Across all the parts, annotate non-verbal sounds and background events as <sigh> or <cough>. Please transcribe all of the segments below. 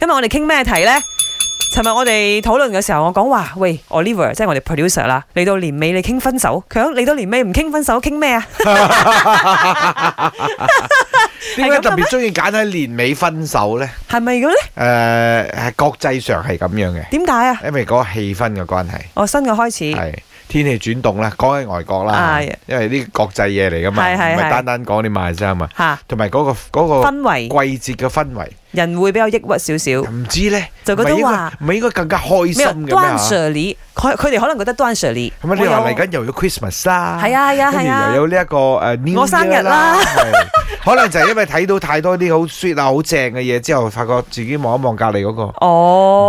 今日我哋傾咩題呢？尋日我哋討論嘅時候，我講話喂，Oliver 即係我哋 producer 啦，嚟到年尾你傾分手，佢講嚟到年尾唔傾分手，傾咩啊？ <laughs> 點解特別中意揀喺年尾分手呢？係咪嘅咧？誒、係國際上係咁樣嘅，點解啊？因為嗰個氣氛嘅關係，哦，新嘅開始，係天氣轉凍啦，講喺外國啦係，因為呢個國際嘢嚟噶嘛，係係唔係係單單講啲賣衫嘛，吓同埋嗰個嗰、氛圍，個季節嘅氛圍，人會比較抑鬱少少。唔知呢，就覺得唔係應該話唔係應該更加開咩心嘅咩斷啊？捨離，佢佢哋可能覺得斷捨離。咁啊，你話我嚟有緊又有 Christmas 啦，係啊係啊跟係住啊又，有呢一個誒 New 我生日 Year 啦係可能就係因為睇到太多啲好 sweet 啊、好正嘅嘢之後，發覺自己望一望隔離嗰個。哦，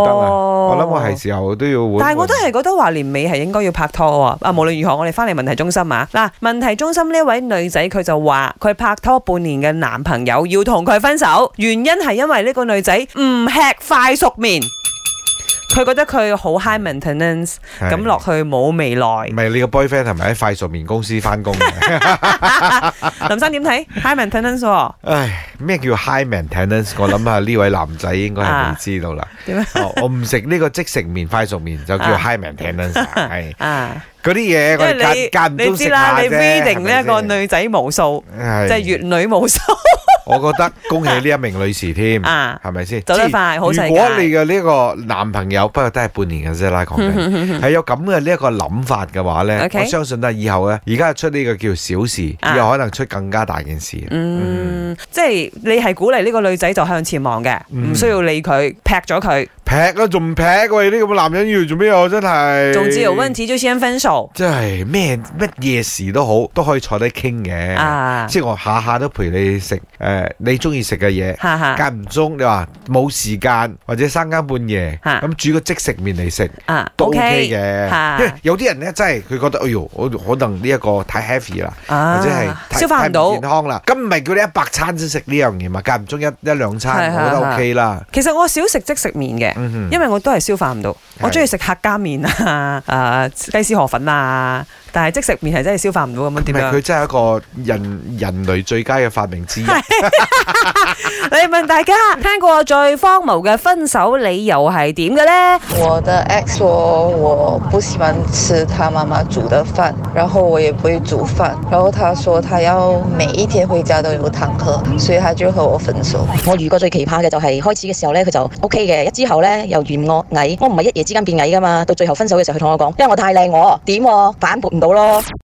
唔得啊！我諗我係時候都要換。但係我都係覺得話年尾係應該要拍拖嗯喎。啊，無論如何，我哋翻嚟問題中心啊。嗱，問題中心呢位女仔佢就話佢拍拖半年嘅男朋友要同佢分手，原因係因為呢個女仔唔吃快熟麵，佢覺得佢好 high maintenance，係咁落去冇未 <laughs> 來唔。係你個 boyfriend 係咪喺快熟麵公司翻工 <laughs> 嘅？林生點睇 high maintenance 喎？唉，咩叫 high maintenance？我諗下呢位男仔應該係未知道 <laughs> 啦。點 <laughs> 啊？哦我唔食呢個即食麵、快熟麵就叫啊 high maintenance 啊。係啊，嗰啲嘢因我為哋間間唔你你中知食啦，下你啫。係 reading 咪呢一個先，女仔無數，係即係粵女無數我覺得恭喜呢一名女士添， <laughs> 啊係咪先？走得即係快好世界如果你嘅呢個男朋友，不過都係半年嘅啫啦，講嗯緊係有咁嘅呢一個諗法嘅話咧， OK 我相信咧以後咧，而家出呢個叫小事，以啊後可能出更加大件事。嗯，即係你係鼓勵呢個女仔就向前望嘅，嗯唔需要理佢，劈咗佢。劈啊，仲唔劈喂？呢咁嘅男人要做咩啊？真係。總之有問題就先分手真係咩乜嘢事都好，都可以坐低傾嘅。啊！即係我下下都陪你食誒、你中意食嘅嘢。哈哈間唔中你話冇時間或者三更半夜，嚇咁煮個即食麵嚟食啊都 OK OK 嚇嘅。因為有啲人咧真係佢覺得，哎呦，我可能呢一個太 heavy 啦，啊或者係太消化唔太到健。康啦。咁唔係叫你一百餐先食呢樣嘢嘛，間唔中一一兩餐，係我覺得係係 OK 啦。其實我少食即食麵嘅，嗯哼因為我都係消化唔到。我中意食客家麵啊， <laughs> 啊雞絲河粉啊，但係即食麵係真係消化唔到咁樣唔點係樣佢？真係一個人人類最佳嘅發明之一。啊你問大家聽過最荒謬嘅分手理由係點嘅呢？我的 ex 说我不喜欢吃他妈妈煮的饭，然后我也不会煮饭，然后他说他要每一天回家都有汤喝，所以他就和我分手。我遇過最奇葩嘅就係開始嘅時候呢，佢就 O K 嘅，一之後呢，又嫌我矮，我唔係一夜之間變矮噶嘛，到最後分手嘅時候，佢同我講，因為我太靚，我點我反駁唔到咯。